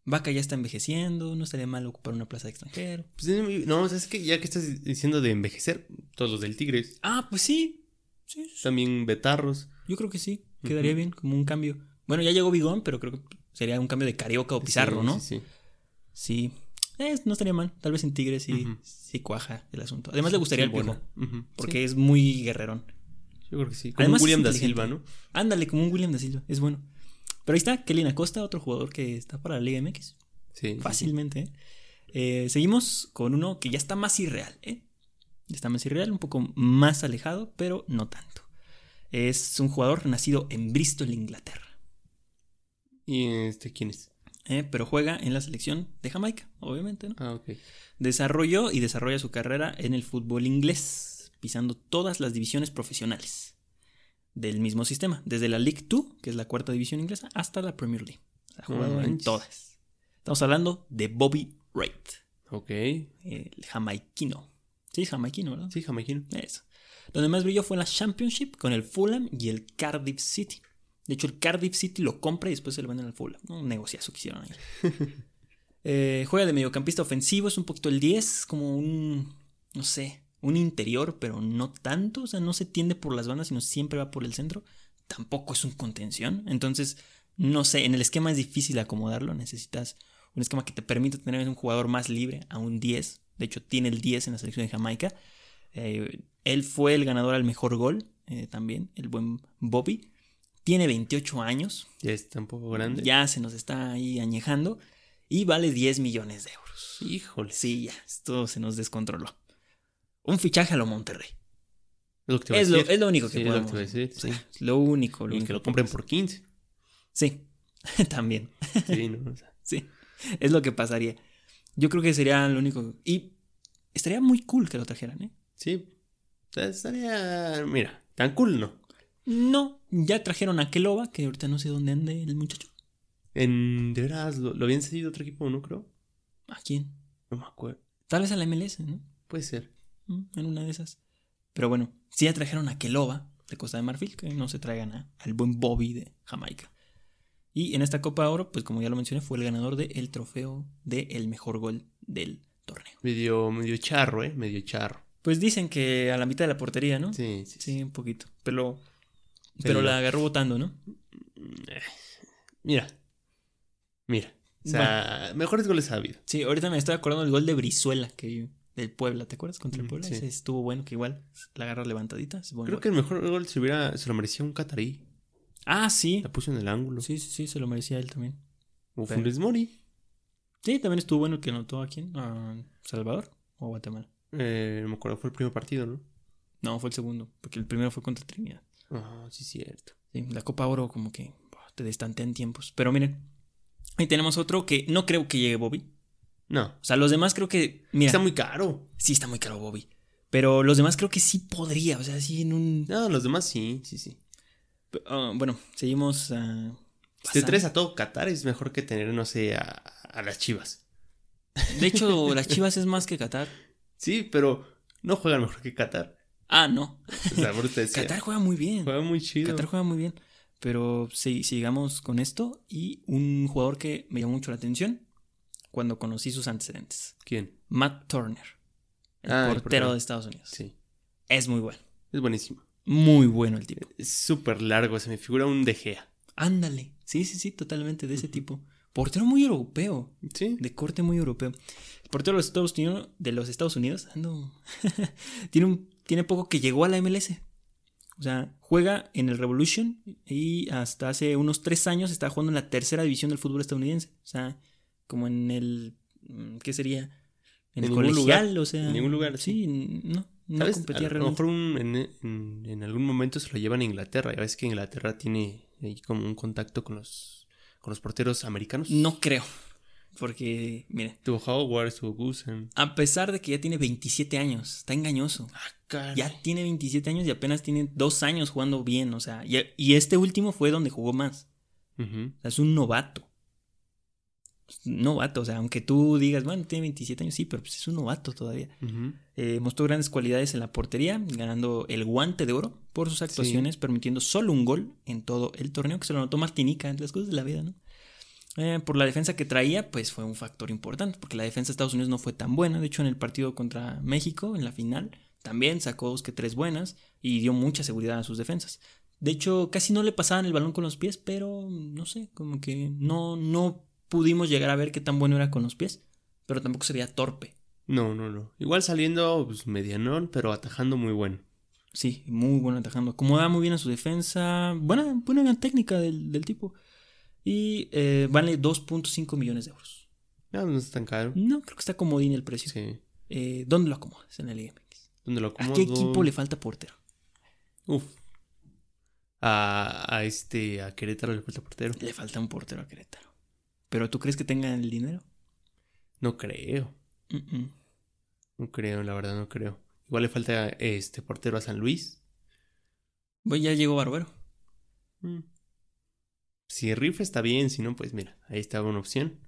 Speaker 2: Vaca ya está envejeciendo, no estaría mal ocupar una plaza de extranjero.
Speaker 1: Pues, eh, no, o sea, es que ya que estás diciendo de envejecer, todos los del Tigres.
Speaker 2: Ah, pues sí. Sí, sí, sí.
Speaker 1: También Betarros.
Speaker 2: yo creo que sí. Quedaría
Speaker 1: Ujú.
Speaker 2: bien, como un cambio. Bueno, ya llegó Bigón, pero creo que sería un cambio de Carioca o Pizarro,
Speaker 1: Sí,
Speaker 2: ¿no?
Speaker 1: Sí, sí.
Speaker 2: Sí. Eh, no estaría mal. Tal vez en Tigre sí,
Speaker 1: Ujú.
Speaker 2: sí cuaja el asunto. Además le gustaría
Speaker 1: Sí,
Speaker 2: el Piojo,
Speaker 1: bueno. Ujú.
Speaker 2: porque es muy guerrerón.
Speaker 1: Sí, yo creo que sí. Como
Speaker 2: Además, es
Speaker 1: William da
Speaker 2: inteligente.
Speaker 1: Silva, ¿no?
Speaker 2: Ándale, como un William da Silva, es bueno. Pero ahí está Kelly Acosta, otro jugador que está para la Liga MX.
Speaker 1: Sí.
Speaker 2: Fácilmente, ¿eh? Eh, Seguimos con uno que ya está más irreal, ¿eh? Ya está más irreal, un poco más alejado, pero no tanto. Es un jugador nacido en Bristol, Inglaterra.
Speaker 1: ¿Y este quién es?
Speaker 2: ¿eh? Pero juega en la selección de Jamaica, obviamente, ¿no?
Speaker 1: Ah, ok.
Speaker 2: Desarrolló y desarrolla su carrera en el fútbol inglés, pisando todas las divisiones profesionales del mismo sistema, desde la League 2, que es la cuarta división inglesa, hasta la Premier League. Ha
Speaker 1: No
Speaker 2: jugado en
Speaker 1: manches.
Speaker 2: todas. Estamos hablando de Bobby Wright,
Speaker 1: Ok.
Speaker 2: el jamaiquino. Sí, jamaiquino, ¿verdad?
Speaker 1: Sí, jamaiquino.
Speaker 2: Eso. Donde más brilló fue en la Championship con el Fulham y el Cardiff City. De hecho, el Cardiff City lo compra y después se lo venden al Fulham. Un negociazo que hicieron ahí. Eh, juega de mediocampista ofensivo, es un poquito el 10, como un, no sé, un interior, pero no tanto. O sea, no se tiende por las bandas, sino siempre va por el centro. Tampoco es un contención. Entonces, no sé, en el esquema es difícil acomodarlo. Necesitas un esquema que te permita tener un jugador más libre a un 10. De hecho, tiene el 10 en la selección de Jamaica. Eh, él fue el ganador al mejor gol eh, también, el buen Bobby. Tiene 28 años,
Speaker 1: Ya está un poco grande.
Speaker 2: ya se nos está ahí añejando y vale 10 millones de euros.
Speaker 1: Híjole.
Speaker 2: Sí, ya, esto se nos descontroló. Un fichaje a lo Monterrey.
Speaker 1: Es lo que te iba a
Speaker 2: Es lo,
Speaker 1: decir.
Speaker 2: es lo único que
Speaker 1: Sí, es lo
Speaker 2: podemos.
Speaker 1: que te iba a decir. Sí.
Speaker 2: Es Lo único, lo
Speaker 1: Y
Speaker 2: único
Speaker 1: que lo
Speaker 2: que
Speaker 1: compren
Speaker 2: podemos.
Speaker 1: por 15.
Speaker 2: Sí, también.
Speaker 1: Sí, ¿no? O sea,
Speaker 2: Sí, es lo que pasaría. Yo creo que sería lo único. Y estaría muy cool que lo trajeran, ¿eh?
Speaker 1: sí. O sea, Estaría. Mira, tan cool, ¿no?
Speaker 2: No, ya trajeron a Keloba, que ahorita no sé dónde ande el muchacho.
Speaker 1: En. De veras, lo, lo habían cedido otro equipo, ¿no? Creo.
Speaker 2: ¿A quién?
Speaker 1: No me acuerdo.
Speaker 2: Tal vez a la MLS, ¿no?
Speaker 1: Puede ser.
Speaker 2: Mm, En una de esas. Pero bueno, si ya trajeron a Keloba de Costa de Marfil, que no se traigan a- al buen Bobby de Jamaica. Y en esta Copa de Oro, pues como ya lo mencioné, fue el ganador del trofeo de el mejor gol del torneo.
Speaker 1: Medio, medio charro, ¿eh? Medio charro.
Speaker 2: Pues dicen que a la mitad de la portería, ¿no?
Speaker 1: Sí, sí.
Speaker 2: Sí, un poquito. Pero,
Speaker 1: Pero-
Speaker 2: pero la agarró votando, ¿no?
Speaker 1: Mm, Mira. Mira. O sea, mejores goles ha habido.
Speaker 2: Sí, ahorita me estoy acordando del gol de Brizuela que del Puebla, ¿te acuerdas? Contra el
Speaker 1: Mm,
Speaker 2: Puebla,
Speaker 1: sí.
Speaker 2: ese estuvo bueno, que igual la agarra levantadita. es buen
Speaker 1: Creo
Speaker 2: gol.
Speaker 1: que el mejor gol se, hubiera, se lo merecía un catarí.
Speaker 2: Ah, sí.
Speaker 1: La puso en el ángulo.
Speaker 2: Sí, sí, sí, se lo merecía él también.
Speaker 1: O
Speaker 2: Sí.
Speaker 1: Funes Mori.
Speaker 2: Sí, también estuvo bueno el que anotó a quién, a Salvador o Guatemala.
Speaker 1: Eh, no me acuerdo, fue el primer partido, ¿no?
Speaker 2: No, fue el segundo, porque el primero fue contra Trinidad.
Speaker 1: Ah, sí, cierto.
Speaker 2: Sí, la Copa Oro como que buah, te destantean tiempos. Pero miren, ahí tenemos otro que no creo que llegue Bobby.
Speaker 1: No.
Speaker 2: O sea, los demás creo que... Mira,
Speaker 1: Está muy caro.
Speaker 2: sí está muy caro Bobby. Pero los demás creo que sí podría, o sea, sí en un...
Speaker 1: No, los demás sí, sí, sí.
Speaker 2: Ah, bueno, seguimos... ah,
Speaker 1: De
Speaker 2: pasando.
Speaker 1: Este, tres a todo Qatar es mejor que tener, no sé, a, a las chivas.
Speaker 2: De hecho, las Chivas es más que Qatar.
Speaker 1: Sí, pero no juegan mejor que Qatar.
Speaker 2: Ah, no.
Speaker 1: O sea, por eso te decía,
Speaker 2: Qatar juega muy bien.
Speaker 1: juega muy chido.
Speaker 2: Qatar juega muy bien. Pero sí, sigamos con esto. Y un jugador que me llamó mucho la atención cuando conocí sus antecedentes.
Speaker 1: ¿Quién?
Speaker 2: Matt Turner. El
Speaker 1: Ah, el
Speaker 2: portero
Speaker 1: portero.
Speaker 2: de Estados Unidos.
Speaker 1: Sí.
Speaker 2: Es muy bueno.
Speaker 1: Es buenísimo.
Speaker 2: Muy bueno el tipo.
Speaker 1: Es súper largo, se me figura un De Gea.
Speaker 2: Ándale. Sí, sí, sí, totalmente de ese tipo. Portero muy europeo.
Speaker 1: Sí.
Speaker 2: De corte muy europeo. El portero de los Estados Unidos, de los Estados Unidos ando- tiene, un, tiene poco que llegó a la MLS. O sea, juega en el Revolution y hasta hace unos tres años está jugando en la tercera división del fútbol estadounidense. O sea, como en el. mm, ¿Qué sería? En,
Speaker 1: En
Speaker 2: el
Speaker 1: ningún
Speaker 2: colegial,
Speaker 1: lugar.
Speaker 2: o sea.
Speaker 1: En ningún lugar,
Speaker 2: Sí, no. No
Speaker 1: ¿Sabes?
Speaker 2: competía
Speaker 1: a lo
Speaker 2: realmente.
Speaker 1: mejor un- en, en- en algún momento se lo llevan a Inglaterra. Ya ves que Inglaterra tiene ahí como un contacto con los, con los porteros americanos.
Speaker 2: No creo. Porque, mire,
Speaker 1: Tuvo Howard, estuvo Gusen.
Speaker 2: a pesar de que ya tiene 27 años, está engañoso. Ya tiene 27 años y apenas tiene dos años jugando bien, o sea, y, y este último fue donde jugó más.
Speaker 1: Ujú.
Speaker 2: O sea, es un novato. Es un Novato, o sea, aunque tú digas, bueno, tiene 27 años, sí, pero pues es un novato todavía.
Speaker 1: Ujú.
Speaker 2: Eh, mostró grandes cualidades en la portería, ganando el guante de oro por sus actuaciones, permitiendo solo un gol en todo el torneo, que se lo anotó Martinica, las cosas de la vida, ¿no? Eh, por la defensa que traía, pues fue un factor importante, porque la defensa de Estados Unidos no fue tan buena. De hecho, en el partido contra México, en la final, también sacó dos que tres buenas y dio mucha seguridad a sus defensas. De hecho, casi no le pasaban el balón con los pies, pero no sé, como que no, no pudimos llegar a ver qué tan bueno era con los pies, pero tampoco se veía torpe.
Speaker 1: No, no, no. Igual saliendo pues, medianón, pero atajando muy bueno.
Speaker 2: Sí, muy bueno atajando. Acomodaba muy bien a su defensa. Buena, buena técnica del, del tipo. Y eh, vale 2.5 millones de euros.
Speaker 1: Ah, No, no es tan caro.
Speaker 2: No, creo que está comodín el precio.
Speaker 1: Sí.
Speaker 2: Eh, ¿Dónde lo acomodas en la Liga MX?
Speaker 1: ¿Dónde lo
Speaker 2: ¿A
Speaker 1: acomodo?
Speaker 2: qué equipo le falta portero?
Speaker 1: Uf. A, a este, a Querétaro le falta portero.
Speaker 2: Le falta un portero a Querétaro. ¿Pero tú crees que tengan el dinero?
Speaker 1: No creo.
Speaker 2: Mm, mm.
Speaker 1: No creo, la verdad, no creo. Igual le falta este portero a San Luis.
Speaker 2: Bueno, ya llegó Barbero.
Speaker 1: Mm. Si rifa está bien, si no, pues mira, ahí está una opción.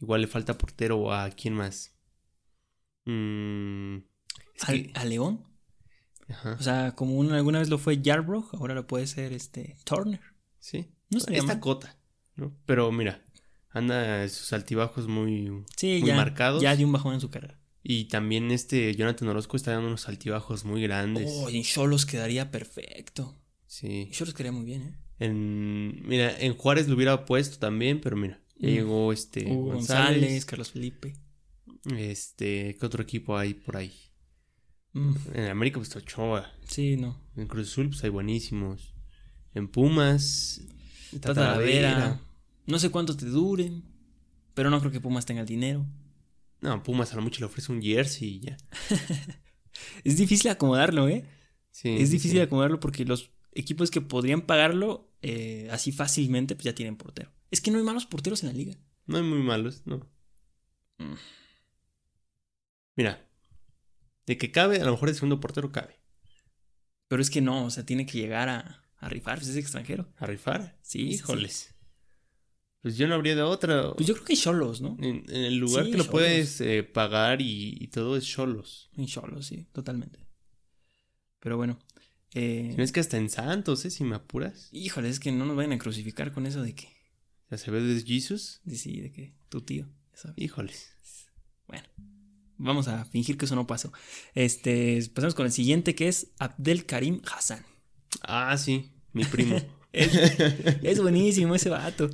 Speaker 1: Igual le falta portero a quién más. Mm, es
Speaker 2: ¿Al-
Speaker 1: que-
Speaker 2: ¿A León?
Speaker 1: ajá,
Speaker 2: O sea, como una- alguna vez lo fue Yarbrough, ahora lo puede ser este Turner.
Speaker 1: sí.
Speaker 2: No sería
Speaker 1: Esta
Speaker 2: mal.
Speaker 1: cota, ¿no? Pero mira, anda en sus altibajos muy...
Speaker 2: Sí,
Speaker 1: muy
Speaker 2: ya,
Speaker 1: marcados.
Speaker 2: ya dio un bajón en su carrera.
Speaker 1: Y también este Jonathan Orozco está dando unos altibajos muy grandes.
Speaker 2: Oh, en Cholos quedaría perfecto.
Speaker 1: Sí.
Speaker 2: Yo los quería muy bien, ¿eh?
Speaker 1: En, mira, en Juárez lo hubiera puesto también, pero mira, ya
Speaker 2: Mm.
Speaker 1: llegó este
Speaker 2: Hugo González,
Speaker 1: González.
Speaker 2: Carlos Felipe.
Speaker 1: Este, ¿qué otro equipo hay por ahí?
Speaker 2: Mm,
Speaker 1: En América, pues Ochoa.
Speaker 2: sí, no.
Speaker 1: En Cruz Azul, pues hay buenísimos. En Pumas, está
Speaker 2: Talavera.
Speaker 1: Talavera.
Speaker 2: No sé cuánto te duren, pero no creo que Pumas tenga el dinero.
Speaker 1: No, Pumas a lo mucho le ofrece un jersey y ya.
Speaker 2: Es difícil acomodarlo, ¿eh?
Speaker 1: Sí,
Speaker 2: es
Speaker 1: sí,
Speaker 2: difícil
Speaker 1: sí.
Speaker 2: acomodarlo porque los equipos que podrían pagarlo eh, así fácilmente, pues ya tienen portero. Es que no hay malos porteros en la liga.
Speaker 1: No hay muy malos, no.
Speaker 2: Mm.
Speaker 1: Mira, de que cabe, a lo mejor el segundo portero cabe.
Speaker 2: Pero es que no, o sea, tiene que llegar a, a rifar, pues es extranjero.
Speaker 1: A rifar.
Speaker 2: Sí, sí,
Speaker 1: Híjoles. Pues yo no habría de otra.
Speaker 2: Pues yo creo que Cholos, ¿no?
Speaker 1: En, en el lugar
Speaker 2: Sí,
Speaker 1: que lo
Speaker 2: Xolos.
Speaker 1: puedes eh, pagar y, y todo es Cholos.
Speaker 2: En Cholos, sí, totalmente. Pero bueno. eh,
Speaker 1: Tienes que hasta en Santos, ¿eh? Si me apuras.
Speaker 2: Híjole, es que no nos vayan a crucificar con eso de que
Speaker 1: Ya se ve desde Jesus.
Speaker 2: De sí, de que tu tío. ya sabes.
Speaker 1: Híjoles.
Speaker 2: Vamos a fingir que eso no pasó. Este, pasamos con el siguiente que es Abdel Karim Hassan.
Speaker 1: Ah, sí, mi primo.
Speaker 2: Es buenísimo ese vato.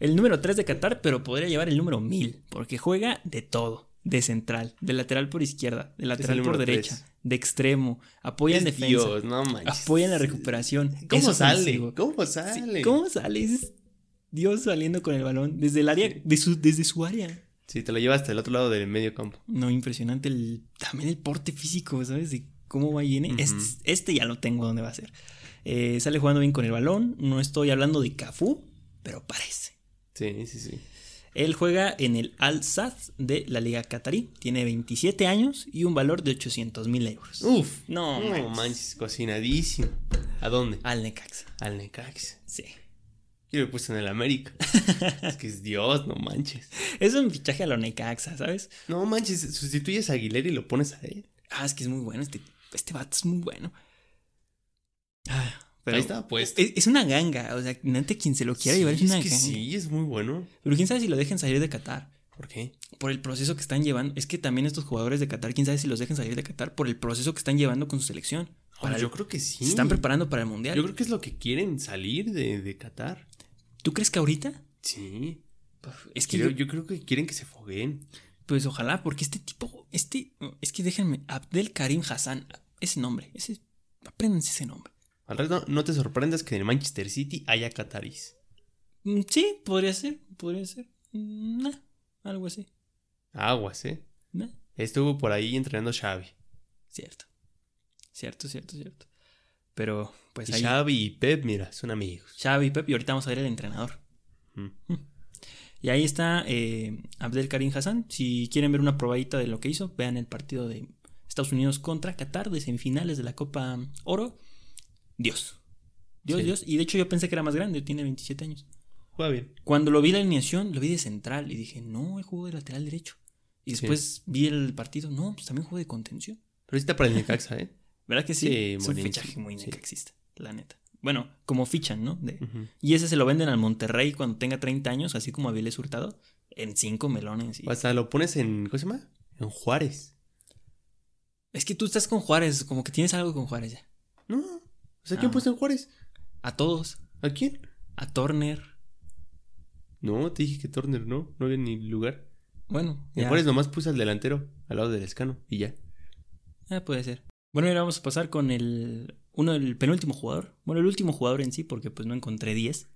Speaker 2: El número 3 de Qatar, pero podría llevar el número 1000, porque juega de todo. De central, de lateral por izquierda, de lateral por
Speaker 1: número
Speaker 2: derecha,
Speaker 1: tres.
Speaker 2: de extremo, apoya en
Speaker 1: Es
Speaker 2: defensa,
Speaker 1: Dios, no manches.
Speaker 2: apoya en la recuperación.
Speaker 1: ¿Cómo
Speaker 2: Es
Speaker 1: sale?
Speaker 2: ofensivo.
Speaker 1: ¿Cómo
Speaker 2: Sí,
Speaker 1: sale?
Speaker 2: ¿Cómo sale? Es Dios saliendo con el balón desde el área, de su, desde su área.
Speaker 1: Sí, te lo llevas hasta el otro lado del medio campo.
Speaker 2: No, impresionante. El, también el porte físico, ¿sabes? De cómo va y viene.
Speaker 1: Ujú.
Speaker 2: este, este ya lo tengo donde va a ser. Eh, sale jugando bien con el balón. No estoy hablando de Cafú, pero parece.
Speaker 1: Sí, sí, sí.
Speaker 2: Él juega en el Al-Sadd de la Liga Qatarí. Tiene 27 años y un valor de 800 mil euros.
Speaker 1: Uf.
Speaker 2: No
Speaker 1: Uh, No,
Speaker 2: manches.
Speaker 1: manches. cocinadísimo. ¿A dónde?
Speaker 2: Al Necaxa.
Speaker 1: Al Necax.
Speaker 2: Sí.
Speaker 1: Yo lo puse en el América. es que es Dios, no manches.
Speaker 2: Es un fichaje a lo Necaxa, ¿sabes?
Speaker 1: No manches, sustituyes a Aguilera y lo pones a él.
Speaker 2: Ah, es que es muy bueno. Este, este vato es muy bueno. Ah, pero
Speaker 1: Ahí estaba puesto.
Speaker 2: Es, es una ganga. O sea, neta, quien se lo quiera
Speaker 1: Sí,
Speaker 2: llevar es una
Speaker 1: es que
Speaker 2: ganga.
Speaker 1: sí, es muy bueno.
Speaker 2: Pero quién sabe si lo dejen salir de Qatar.
Speaker 1: ¿Por qué?
Speaker 2: Por el proceso que están llevando. Es que también estos jugadores de Qatar, quién sabe si los dejen salir de Qatar. Por el proceso que están llevando con su selección. Para
Speaker 1: Ahora,
Speaker 2: el-
Speaker 1: yo creo que sí.
Speaker 2: Se están preparando para el mundial.
Speaker 1: Yo creo que es lo que quieren salir de, de Qatar.
Speaker 2: ¿Tú crees que ahorita?
Speaker 1: Sí.
Speaker 2: Es que
Speaker 1: Creo-
Speaker 2: yo-
Speaker 1: yo creo Pues, que quieren que se fogueen.
Speaker 2: pues ojalá, porque este tipo, este, es que déjenme, Abdel Karim Hassan, ese nombre, ese, apréndanse ese nombre.
Speaker 1: Al rato, no te sorprendas que en el Manchester City haya cataris.
Speaker 2: Mm, Sí, podría ser, podría ser. Mm, Nah, algo así.
Speaker 1: Aguas, ¿eh?
Speaker 2: Nah,
Speaker 1: Estuvo por ahí entrenando Xavi.
Speaker 2: cierto. Cierto, cierto, cierto. Pero, pues
Speaker 1: Y
Speaker 2: ahí.
Speaker 1: Xavi y Pep, mira, son amigos.
Speaker 2: Xavi y Pep, y ahorita vamos a ver el entrenador.
Speaker 1: Mm.
Speaker 2: Y ahí está eh, Abdel Karim Hassan. Si quieren ver una probadita de lo que hizo, vean el partido de Estados Unidos contra Qatar de semifinales de la Copa Oro. Dios. Dios,
Speaker 1: Sí.
Speaker 2: Dios. Y de hecho yo pensé que era más grande, tiene 27 años.
Speaker 1: Juega bien.
Speaker 2: Cuando lo vi la alineación, lo vi de central y dije, no, él jugó de lateral derecho. Y
Speaker 1: Sí.
Speaker 2: después vi el partido, no, pues también jugó de contención.
Speaker 1: Pero sí está para el Necaxa, ¿eh?
Speaker 2: ¿Verdad que sí?
Speaker 1: Sí,
Speaker 2: es un
Speaker 1: buenísimo,
Speaker 2: fichaje muy
Speaker 1: sí.
Speaker 2: necaxista, la neta. Bueno, como fichan, ¿no? De-
Speaker 1: Ujú.
Speaker 2: Y ese se lo venden al Monterrey cuando tenga 30 años, así como a Viles Hurtado, en 5 melones. y-
Speaker 1: O Hasta lo pones en. ¿Cómo se llama? En Juárez.
Speaker 2: Es que tú estás con Juárez, como que tienes algo con Juárez ya.
Speaker 1: No. O sea, ¿quién
Speaker 2: Ah.
Speaker 1: puso en Juárez?
Speaker 2: A todos,
Speaker 1: ¿A quién?
Speaker 2: a Turner.
Speaker 1: No, te dije que Turner no. No había ni lugar.
Speaker 2: Bueno,
Speaker 1: En
Speaker 2: ya.
Speaker 1: Juárez nomás puse al delantero, al lado del escano, y ya.
Speaker 2: Ah, puede ser. Bueno, y ahora vamos a pasar con el uno el penúltimo jugador. Bueno, el último jugador en sí, porque pues no encontré 10.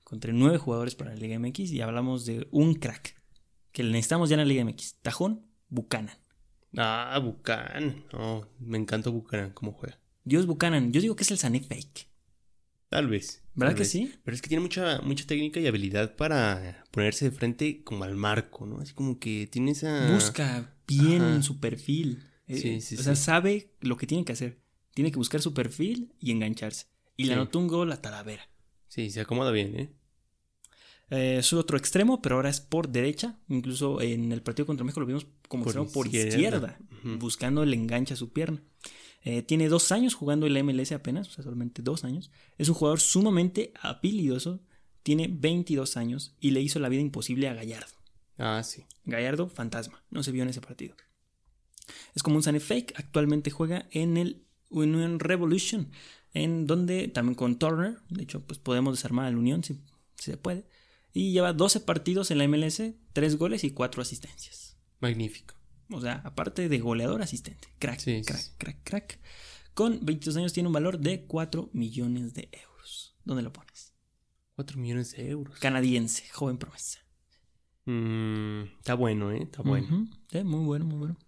Speaker 2: Encontré 9 jugadores para la Liga MX y hablamos de un crack que le necesitamos ya en la Liga MX. Tajón Buchanan.
Speaker 1: Ah, Bucan. No, me encantó Bucanan, cómo juega.
Speaker 2: Dios Buchanan, yo digo que es el Sané fake.
Speaker 1: Tal vez.
Speaker 2: ¿Verdad
Speaker 1: tal
Speaker 2: que
Speaker 1: vez.
Speaker 2: sí?
Speaker 1: Pero es que tiene mucha, mucha técnica y habilidad para ponerse de frente como al marco, ¿no? Así como que tiene esa.
Speaker 2: Busca bien
Speaker 1: Ajá.
Speaker 2: su perfil. Eh,
Speaker 1: Sí, sí,
Speaker 2: o sea,
Speaker 1: sí.
Speaker 2: sabe lo que tiene que hacer. Tiene que buscar su perfil y engancharse. Y le
Speaker 1: Sí.
Speaker 2: anotó un gol a Talavera.
Speaker 1: Sí, se acomoda bien, ¿eh?
Speaker 2: Eh, es otro extremo, pero ahora es por derecha. Incluso en el partido contra México lo vimos como
Speaker 1: Por
Speaker 2: extremo por izquierda,
Speaker 1: izquierda. Mm. Ujú.
Speaker 2: buscando el enganche a su pierna. Eh, tiene dos años jugando el MLS apenas, o sea, solamente dos años. Es un jugador sumamente apilidoso, tiene 22 años y le hizo la vida imposible a Gallardo.
Speaker 1: Ah, sí.
Speaker 2: Gallardo, fantasma, no se vio en ese partido. Es como un Sané Fake, actualmente juega en el Union Revolution, en donde también con Turner, de hecho, pues podemos desarmar al Unión si, si se puede. Y lleva 12 partidos en la MLS, 3 goles y 4 asistencias.
Speaker 1: Magnífico.
Speaker 2: O sea, aparte de goleador asistente. Crack,
Speaker 1: Sí, sí,
Speaker 2: crack,
Speaker 1: sí.
Speaker 2: crack, crack. Con 22 años tiene un valor de 4 millones de euros. ¿Dónde lo pones?
Speaker 1: 4 millones de euros.
Speaker 2: Canadiense, joven promesa.
Speaker 1: Mm, está bueno, ¿eh? Está bueno.
Speaker 2: Ujú, sí, muy bueno, muy bueno.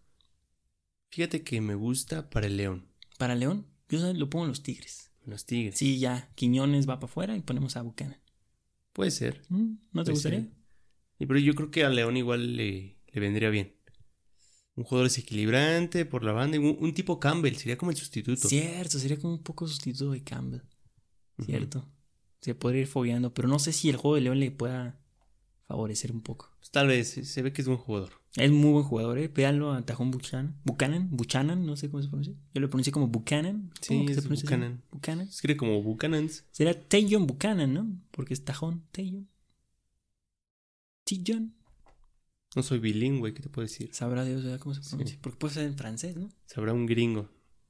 Speaker 1: Fíjate que me gusta para el León.
Speaker 2: Para León, yo ¿sabes? lo pongo en los Tigres.
Speaker 1: Los Tigres.
Speaker 2: Sí, ya, Quiñones va para afuera y ponemos a Buchanan.
Speaker 1: Puede ser.
Speaker 2: Mm, ¿No te
Speaker 1: Puede
Speaker 2: gustaría?
Speaker 1: ser. Y Pero yo creo que a León igual le, le vendría bien. Un jugador desequilibrante por la banda. y Un, un tipo Campbell. Sería como el sustituto.
Speaker 2: Cierto, sería como un poco sustituto de Campbell.
Speaker 1: Ujú.
Speaker 2: Cierto. Se podría ir fogueando, pero no sé si el juego de León le pueda favorecer un poco.
Speaker 1: Pues tal vez. se- Se ve que es buen jugador.
Speaker 2: Es muy buen jugador, ¿eh? Véanlo a Tajón Buchanan. Buchanan, Buchanan, no sé cómo se pronuncia. Yo lo pronuncié como Buchanan.
Speaker 1: Sí,
Speaker 2: ¿Cómo que se
Speaker 1: es
Speaker 2: pronuncia así?
Speaker 1: Buchanan.
Speaker 2: Buchanan.
Speaker 1: Escribe como Buchanans.
Speaker 2: Será Tayon Buchanan, ¿no? Porque es Tajón, Tayon. Tayon.
Speaker 1: No soy bilingüe, ¿qué te puedo decir?
Speaker 2: Sabrá Dios ¿verdad? cómo se
Speaker 1: Sí.
Speaker 2: pronuncia. Porque puede ser en francés, ¿no?
Speaker 1: Sabrá un gringo.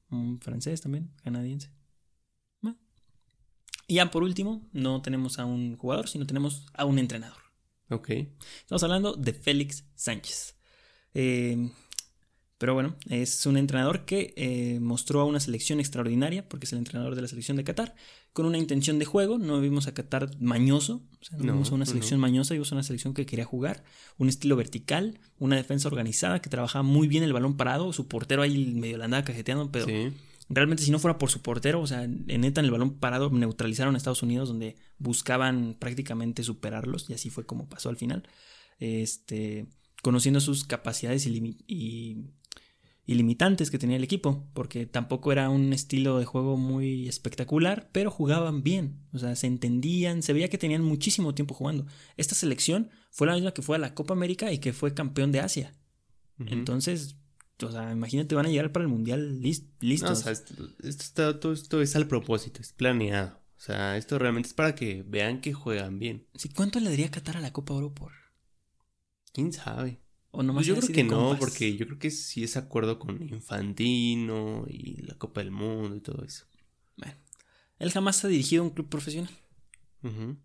Speaker 2: Un francés también, canadiense. Bueno. Y ya por último, no tenemos a un jugador, sino tenemos a un entrenador.
Speaker 1: Ok.
Speaker 2: Estamos hablando de Félix Sánchez. Eh, pero bueno, es un entrenador que eh, mostró a una selección extraordinaria, porque es el entrenador de la selección de Qatar, con una intención de juego. No vimos a Qatar mañoso, o sea, no,
Speaker 1: No,
Speaker 2: vimos a una
Speaker 1: no,
Speaker 2: selección mañosa, vimos a una selección que quería jugar, un estilo vertical, una defensa organizada que trabajaba muy bien el balón parado. Su portero ahí medio la andaba cajeteando, pero
Speaker 1: Sí.
Speaker 2: realmente si no fuera por su portero, o sea, en neta en el balón parado neutralizaron a Estados Unidos donde buscaban prácticamente superarlos y así fue como pasó al final. Este, conociendo sus capacidades ilimi- y, y limitantes que tenía el equipo, porque tampoco era un estilo de juego muy espectacular, pero jugaban bien, o sea, se entendían, se veía que tenían muchísimo tiempo jugando. Esta selección fue la misma que fue a la Copa América y que fue campeón de Asia.
Speaker 1: Ujú.
Speaker 2: Entonces, o sea, imagínate, van a llegar para el mundial lis- listos.
Speaker 1: No, o sea, esto, esto está, todo esto es al propósito, es planeado. O sea, esto realmente es para que vean que juegan bien.
Speaker 2: Sí, ¿Cuánto le daría Qatar a la Copa Oro por?
Speaker 1: ¿Quién sabe?
Speaker 2: O nomás
Speaker 1: Pues yo
Speaker 2: era
Speaker 1: creo
Speaker 2: así
Speaker 1: que
Speaker 2: de
Speaker 1: no,
Speaker 2: compas?
Speaker 1: porque yo creo que sí es acuerdo con Infantino y la Copa del Mundo y todo eso.
Speaker 2: Bueno, él jamás ha dirigido un club profesional.
Speaker 1: Ujú.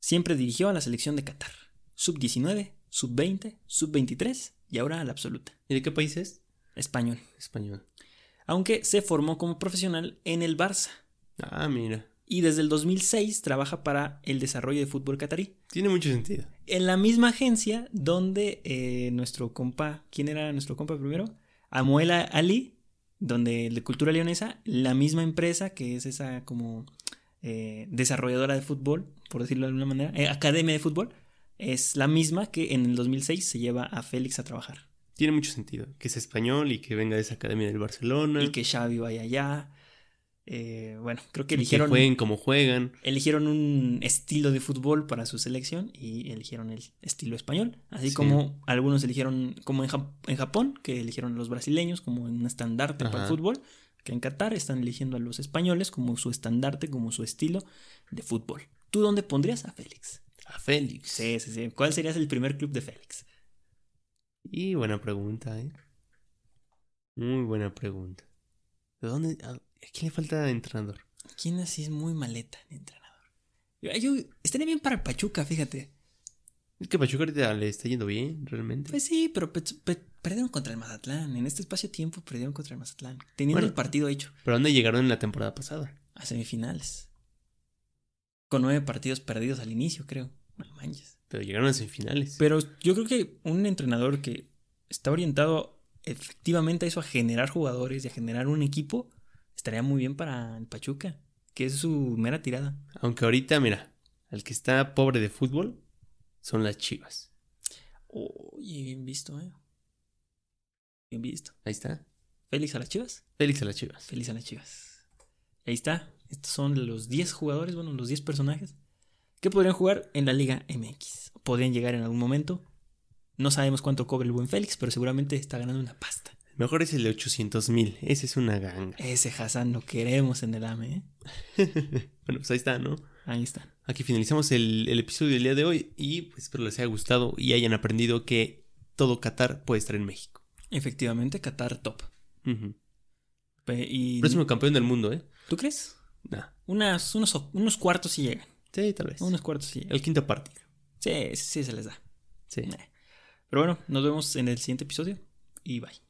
Speaker 2: Siempre dirigió a la selección de Qatar. sub-19, sub-20, sub-23 y ahora a la absoluta,
Speaker 1: ¿Y de qué país es?
Speaker 2: español.
Speaker 1: Español.
Speaker 2: Aunque se formó como profesional en el Barça
Speaker 1: Ah, mira.
Speaker 2: y desde el 2006 trabaja para el desarrollo de fútbol catarí.
Speaker 1: Tiene mucho sentido.
Speaker 2: En la misma agencia donde eh, nuestro compa, ¿quién era nuestro compa primero? Amuela Ali, donde el de cultura leonesa, la misma empresa que es esa como eh, desarrolladora de fútbol, por decirlo de alguna manera, eh, academia de fútbol, es la misma que en el 2006 se lleva a Félix a trabajar.
Speaker 1: Tiene mucho sentido. Que es español y que venga de esa academia del Barcelona.
Speaker 2: Y que Xavi vaya allá. Eh, bueno, creo que
Speaker 1: y que
Speaker 2: eligieron...
Speaker 1: jueguen como juegan.
Speaker 2: eligieron un estilo de fútbol para su selección y eligieron el estilo español. Así
Speaker 1: Sí.
Speaker 2: como algunos eligieron, como en, Jap- en Japón, que eligieron a los brasileños como un estandarte para el
Speaker 1: Ajá.
Speaker 2: fútbol, que en Qatar están eligiendo a los españoles como su estandarte, como su estilo de fútbol. ¿Tú dónde pondrías a Félix?
Speaker 1: A Félix.
Speaker 2: Sí, sí, sí. ¿Cuál serías el primer club de Félix?
Speaker 1: Y buena pregunta, ¿eh? Muy buena pregunta. ¿De dónde? ¿A a quién le falta entrenador?
Speaker 2: ¿Quién así es muy maleta en entrenador? Yo, yo- estaría bien para Pachuca, fíjate.
Speaker 1: Es que Pachuca ahorita le está yendo bien, realmente.
Speaker 2: Pues sí, pero pe- pe- perdieron contra el Mazatlán. En este espacio-tiempo perdieron contra el Mazatlán. Teniendo
Speaker 1: Bueno.
Speaker 2: el partido hecho
Speaker 1: ¿Pero a dónde llegaron en la temporada pasada?
Speaker 2: a semifinales. Con nueve partidos perdidos al inicio, creo. No manches.
Speaker 1: Pero llegaron a semifinales.
Speaker 2: Pero yo creo que un entrenador que está orientado efectivamente a eso, a generar jugadores y a generar un equipo, estaría muy bien para el Pachuca, que es su mera tirada.
Speaker 1: Aunque ahorita, mira, al que está pobre de fútbol son las chivas.
Speaker 2: Oye, bien visto, ¿eh? Bien visto.
Speaker 1: Ahí está.
Speaker 2: Félix a las chivas.
Speaker 1: Félix a las chivas.
Speaker 2: Feliz a las chivas. Ahí está. Estos son los 10 jugadores, bueno, los 10 personajes que podrían jugar en la Liga MX. Podrían llegar en algún momento. No sabemos cuánto cobra el buen Félix, pero seguramente está ganando una pasta.
Speaker 1: El mejor es el de 800 mil. Ese es una ganga.
Speaker 2: Ese Hassan lo queremos en el AME. ¿eh?
Speaker 1: bueno, pues ahí está, ¿no?
Speaker 2: Ahí está.
Speaker 1: Aquí finalizamos el, el episodio del día de hoy y pues espero les haya gustado y hayan aprendido que todo Qatar puede estar en México.
Speaker 2: Efectivamente, Qatar top.
Speaker 1: Ujú.
Speaker 2: Pe- Y,
Speaker 1: Próximo campeón del mundo, ¿eh?
Speaker 2: ¿Tú crees?
Speaker 1: Nah.
Speaker 2: Unas, unos, o- unos cuartos si llegan.
Speaker 1: Sí, tal vez.
Speaker 2: Unos cuartos si llegan.
Speaker 1: El quinto partido.
Speaker 2: Sí, sí, sí se les da.
Speaker 1: Sí.
Speaker 2: Pero bueno, nos vemos en el siguiente episodio y bye.